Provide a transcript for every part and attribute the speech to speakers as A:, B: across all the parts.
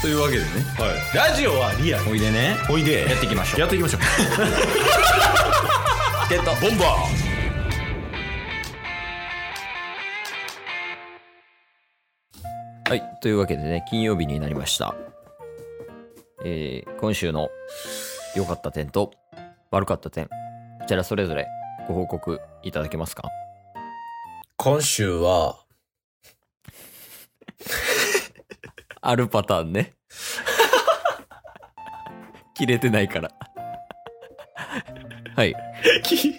A: というわけでね
B: はい、ラジオはリアル
A: おいでね
B: おいで
A: やっていきましょう
B: やっていきましょう
A: ゲット
B: ボンバ
A: はいというわけでね金曜日になりましたえー、今週の良かった点と悪かった点こちらそれぞれご報告いただけますか
C: 今週は、
A: あるパターンね 切れてないからはい
C: き、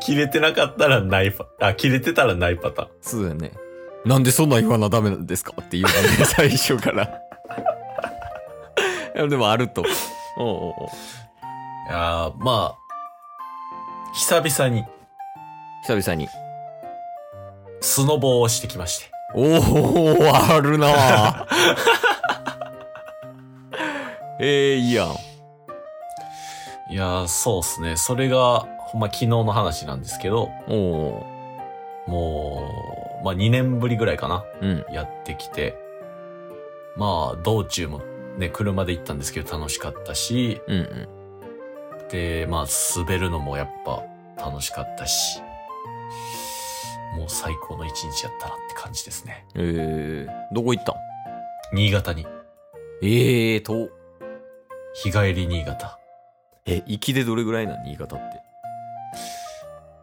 C: 切れてなかったらないパ、あ、切れてたらないパターン。
A: そうだよねなんでそんな言わなダメなんですかっていう のね最初からいやでもあるとおうおうおう
C: あーまあ、久々に
A: 久々に
C: スノボをしてきまして。
A: おおあるな あええいいやん
C: いやー、そうっすね。それが、ほんま昨日の話なんですけど、
A: おお
C: もう、まあ2年ぶりぐらいかな。
A: うん
C: やってきて。まあ、道中もね、車で行ったんですけど楽しかったし、
A: うんうん
C: で、まあ、滑るのもやっぱ楽しかったし、もう最高の一日やったなって感じですね。
A: えー、どこ行ったん
C: 新潟に。
A: ええー、と
C: 日帰り新潟。
A: え行きでどれぐらいなん新潟って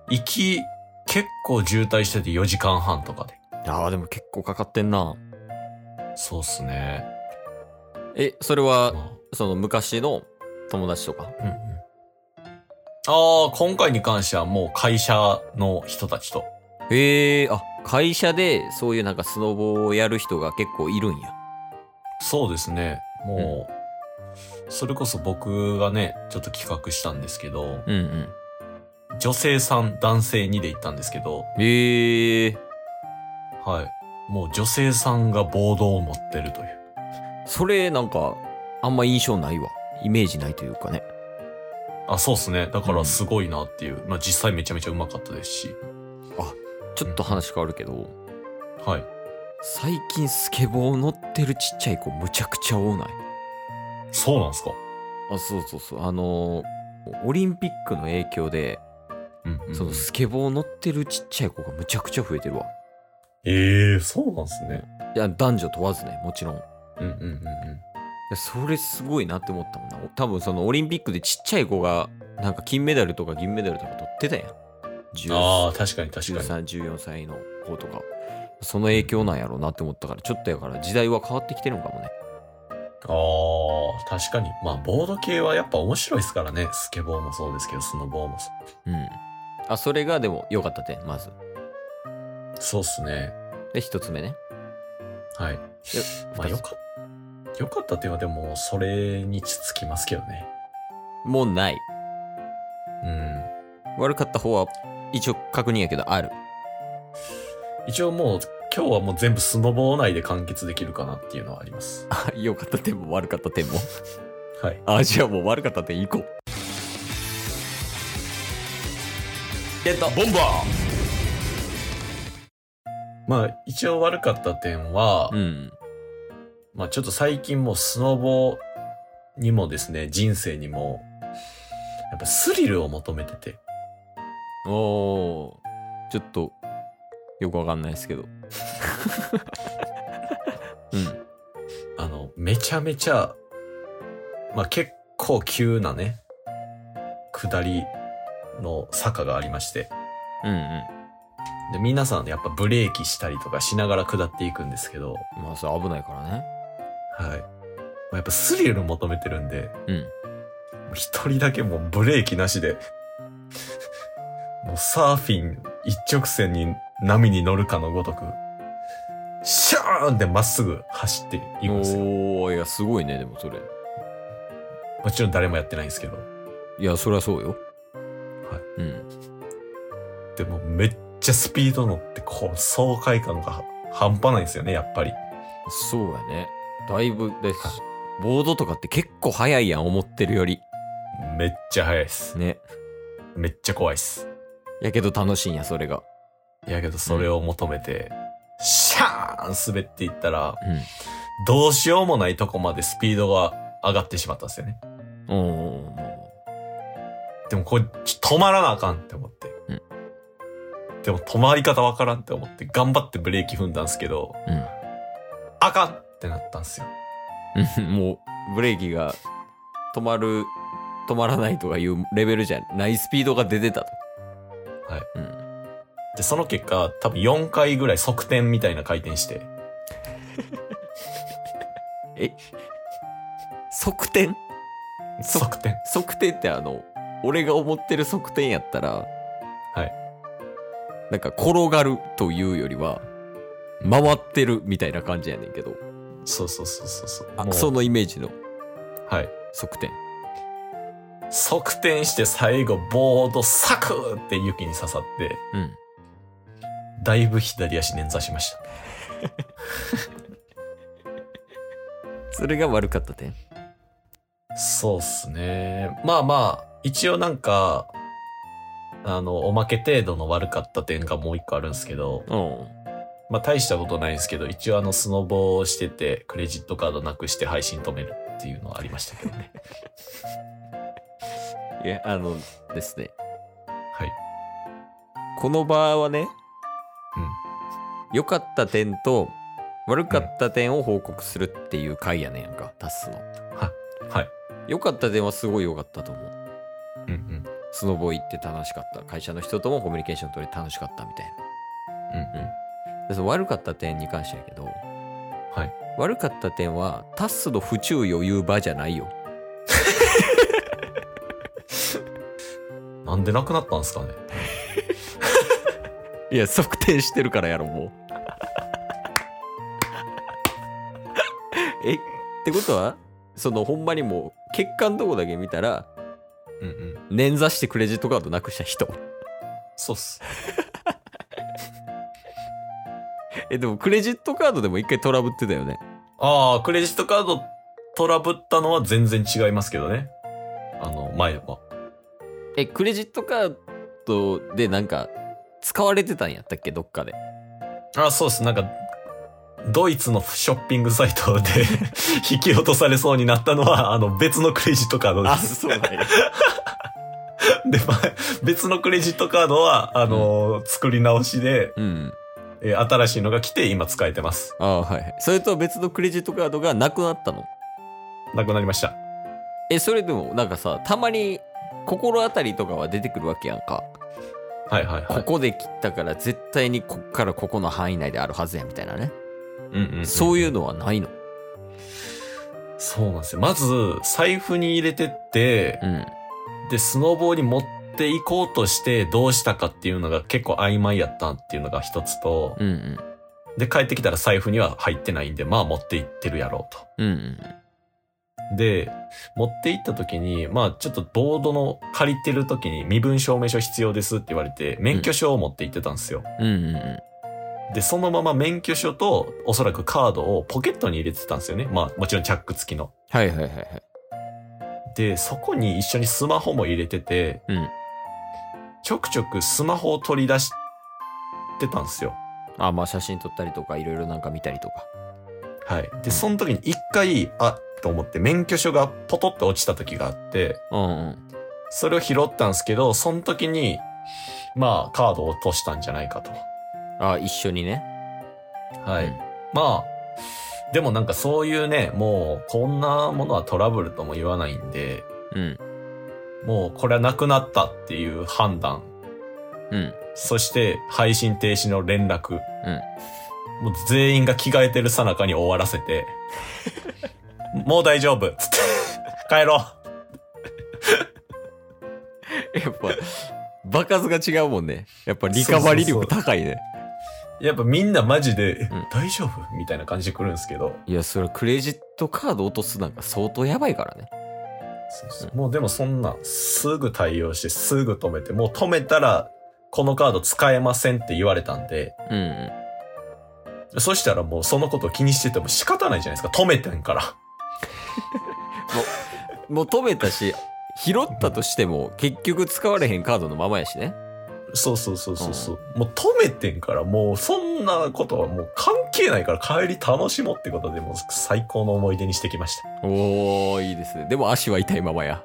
C: 行き、結構渋滞してて4時間半とかで。
A: ああでも結構かかってんな
C: そうっすね。
A: えそれは
C: ま
A: その昔の友達とか
C: あ、うんうん。ああ、今回に関してはもう会社の人たちと。
A: ええあ会社でそういうなんかスノボをやる人が結構いるんや
C: そうですね。もう、それこそ僕がね、ちょっと企画したんですけど、
A: うんうん
C: 女性3、男性2で行ったんですけど、
A: ええ
C: はい。もう女性さんがボードを持ってるという。
A: それなんかあんま印象ないわイメージないというかね
C: あ、そうっすね。だからすごいなっていう。まあ実際めちゃめちゃうまかったですし。
A: ちょっと話変わるけど、
C: はい。
A: 最近スケボー乗ってるちっちゃい子むちゃくちゃ多ない
C: そうなんすか
A: あそうそうそうあのーオリンピックの影響で、
C: うん、うん。
A: そのスケボー乗ってるちっちゃい子がむちゃくちゃ増えてるわ
C: ええそうなんすね。
A: いや男女問わずねもちろんい
C: うんうんうんうん。
A: やそれすごいなって思ったもんな多分そのオリンピックでちっちゃい子がなんか金メダルとか銀メダルとか取ってたやん
C: ああ、確かに確かに。
A: 1314歳の子とかその影響なんやろうなって思ったからちょっとやから時代は変わってきてるのかもね
C: ああ、確かに。まあボード系はやっぱ面白いですからね。スケボーもそうですけど、スノボーもそう。
A: うんあそれがでも良かった点まず
C: そうっすね。
A: で1つ目ね
C: はい。まあよかった。よかった点はでも、それにつきますけどね。
A: もうない
C: うん。
A: 悪かった方は一応確認やけどある
C: 一応もう今日はもう全部スノボー内で完結できるかなっていうのはあります。
A: あ良かった点も悪かった点も
C: はい。
A: あじゃあもう悪かった点いこうゲットボンバー
C: まあ一応悪かった点は、
A: うん
C: まあちょっと最近もうスノボーにもですね、人生にも、やっぱスリルを求めてて。
A: おおーちょっとよくわかんないですけど うん
C: あの、めちゃめちゃ、まあ結構急なね、下りの坂がありまして。
A: うん
C: で、皆さんやっぱブレーキしたりとかしながら下っていくんですけど、
A: うんまあそれ危ないからね
C: はい。まあ、やっぱスリルを求めてるんで、
A: うん
C: 一人だけもうブレーキなしで、もうサーフィン一直線に波に乗るかのごとく、シャーンってまっすぐ走っていくんですよ。
A: おおいやすごいねでもそれ
C: もちろん誰もやってないんですけど。
A: いやそりゃそうよ
C: はい
A: うん
C: でもめっちゃスピード乗って、こう爽快感がは半端ないんですよね、やっぱり。
A: そうやねだいぶですボードとかって結構速いやん思ってるより
C: めっちゃ速いです。
A: ね
C: めっちゃ怖いです。
A: やけど楽しいんやそれが
C: いやけどそれを求めて、シャーン滑っていったら、
A: うん
C: どうしようもないとこまでスピードが上がってしまったんですよね。
A: おお
C: でもこれ、ちょ止まらなあかんって思って。
A: うん
C: でも止まり方わからんって思って、頑張ってブレーキ踏んだんですけど、
A: うん
C: あかんってなったんですよ。
A: うん もうブレーキが止まる止まらないとかいうレベルじゃないスピードが出てたと
C: はい
A: うん
C: で、その結果、多分4回ぐらい側転みたいな回転して、
A: 側転
C: 側転。
A: 測定ってあの俺が思ってる測定やったら
C: はい
A: なんか転がるというよりは回ってるみたいな感じやねんけど
C: そうそうそうそうそう。
A: あ
C: もう
A: そのイメージの
C: はい。
A: 測定
C: 側転して最後、ボードサクーって雪に刺さって、
A: うん
C: だいぶ左足捻挫しました。
A: それが悪かった点
C: そうっすね。まあまあ、一応なんか、あの、おまけ程度の悪かった点がもう一個あるんですけど、
A: うん
C: まあ大したことないんですけど、一応あの、スノボをしてて、クレジットカードなくして配信止めるっていうのはありましたけどね。
A: いやあのですね
C: はい。
A: この場はね良かった点と悪かった点を報告するっていう回やねんやんかタッスの
C: うん。はい。
A: 良かった点はすごい良かったと思う
C: うんうん。
A: スノボ行って楽しかった会社の人ともコミュニケーション取れて楽しかったみたい
C: う
A: な
C: んうん。
A: でその悪かった点に関してやけど、
C: はい
A: 悪かった点はタッスの不注意を言う場じゃないよ
C: なんでなくなったんですかね。
A: いや測定してるからやろもうえってことはそのほんまにもう血管とこだけ見たら
C: うんうん。
A: 捻挫してクレジットカードなくした人
C: そうっす。
A: えでもクレジットカードでも一回トラブってたよね
C: ああ、クレジットカードトラブったのは全然違いますけどね。あの、前は。
A: えクレジットカードでなんか使われてたんやったっけどっかで
C: ああ、そうっす。なんか、ドイツのショッピングサイトで 引き落とされそうになったのは、あの、別のクレジットカードです。
A: そうだよ
C: で、まあ、別のクレジットカードは、あのー作り直しで、
A: うん
C: えー新しいのが来て今使えてます。
A: ああはいはいそれとは別のクレジットカードがなくなったの
C: なくなりました。
A: えそれでもなんかさたまに心当たりとかは出てくるわけやんか、
C: はいはいは
A: こ
C: い。
A: こで切ったから絶対にこっからここの範囲内であるはずやみたいなね、
C: うんうんうん
A: そういうのはないの
C: そうなんですよ。まず、財布に入れてって
A: う、ん
C: で、スノボーに持っていこうとしてどうしたかっていうのが結構曖昧やったっていうのが一つと、
A: うんうん
C: で、帰ってきたら財布には入ってないんで、まあ持って行ってるやろうと。
A: うんうん
C: で、持って行った時に、まあちょっとボードの借りてる時に身分証明書必要ですって言われて、免許証を持って行ってたんですよ。
A: うんうんうん
C: で、そのまま免許証とおそらくカードをポケットに入れてたんですよね。まあもちろんチャック付きの。
A: はいはいはいはい
C: で、そこに一緒にスマホも入れてて、
A: うん
C: ちょくちょくスマホを取り出してたんですよ。
A: あまあ写真撮ったりとかいろいろなんか見たりとか
C: はい。で、その時に一回、あっと思って免許証がポトッと落ちた時があって、
A: うんうん
C: それを拾ったんですけど、その時に、まあ、カードを落としたんじゃないかと。
A: あ一緒にね
C: はい。
A: うん
C: まあ、でもなんかそういうね、もう、こんなものはトラブルとも言わないんで、
A: うん
C: もうこれはなくなったっていう判断。
A: うん
C: そして、配信停止の連絡。
A: うん
C: もう全員が着替えてる最中に終わらせて、 もう大丈夫つって、 帰ろう
A: やっぱ場数が違うもんねやっぱリカバリー力高いね
C: やっぱみんなマジで、
A: うん
C: 大丈夫みたいな感じで来るんですけど、
A: いやそれクレジットカード落とすなんか相当やばいからね
C: もうでもそんな、すぐ対応して、すぐ止めて、もう止めたら、このカード使えませんって言われたんで、
A: うんうん
C: そしたらもうそのことを気にしてても仕方ないじゃないですか。止めてんから。
A: もう止めたし拾ったとしても結局使われへんカードのままやしね
C: そうそうそうそうそう、もう止めてんから、もうそんなことはもう関消えないから帰り楽しもうってことでもう最高の思い出にしてきまし
A: おーいいですねでも足は痛いままや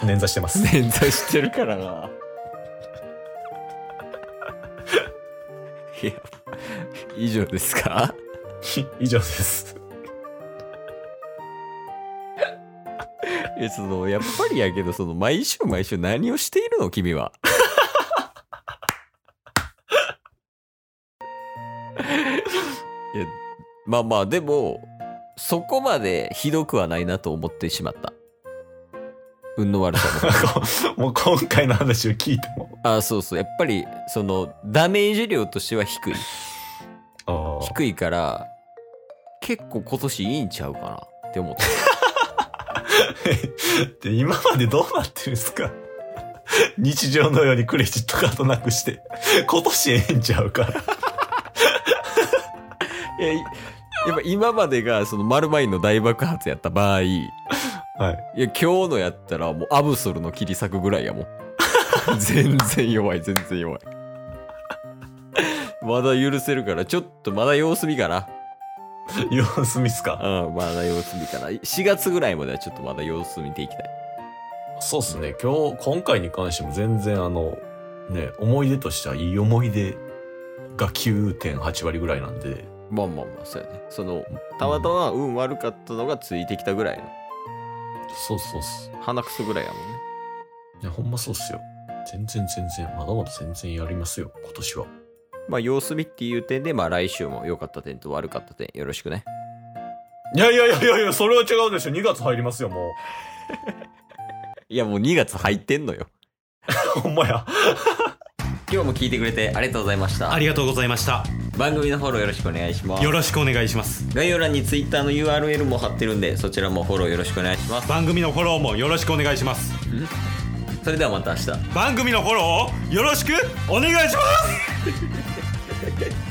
C: た。捻挫してます。
A: 捻挫してるからない や以上ですか
C: 以上です。
A: いやそのやっぱりやけどその毎週毎週何をしているの君 はいやまあまあでもそこまでひどくはないなと思ってしまった運の悪さの方
C: もう 今回の話を聞いても。
A: あそうそうやっぱりそのダメージ量としては低い
C: あ
A: 低いから結構今年いいんちゃうかなって思 った
C: ー で今までどうなってるんですか日常のようにクレジットカードなくして、今年ええんちゃうから。
A: いやいやっぱ今までがその丸マインの大爆発やった場合
C: はい。
A: いや、今日のやったらもうアブソルの切り裂くぐらいやもん。 全然弱い、全然弱い。 まだ許せるから、ちょっとまだ様子見かな。
C: 様子見っすか
A: うん、まだ様子見かな。4月ぐらいまではちょっとまだ様子見ていきたい。
C: そうっすね。今日、今回に関しても全然あの、ね、思い出としてはいい思い出が9.8割ぐらいなんで、
A: まあまあまあ、そうやね。その、たまたま運悪かったのがついてきたぐらいの。
C: そうそうっす。
A: 鼻くそぐらいやもんね。
C: いや、ほんまそうっすよ。全然全然、まだまだ全然やりますよ、今年は。
A: まあ、様子見っていう点で、まあ来週も良かった点と悪かった点、よろしくね。
C: いやいやいやいやいや、それは違うでしょ。2月入りますよ、も
A: いや、もう2月入ってんのよ。
C: う。 ほんまや。
A: 今日も聞いてくれてありがとうございました
B: あ。りがとうございました。
A: 番組のフォローよろしくお願いします
B: よ。ろしくお願いします。
A: 概要欄に Twitter の URL も貼ってるんでそちらもフォローよろしくお願いします
B: 番組のフォローもよろしくお願いします。
A: それではまた明日
B: 番組のフォローをよろしくお願いします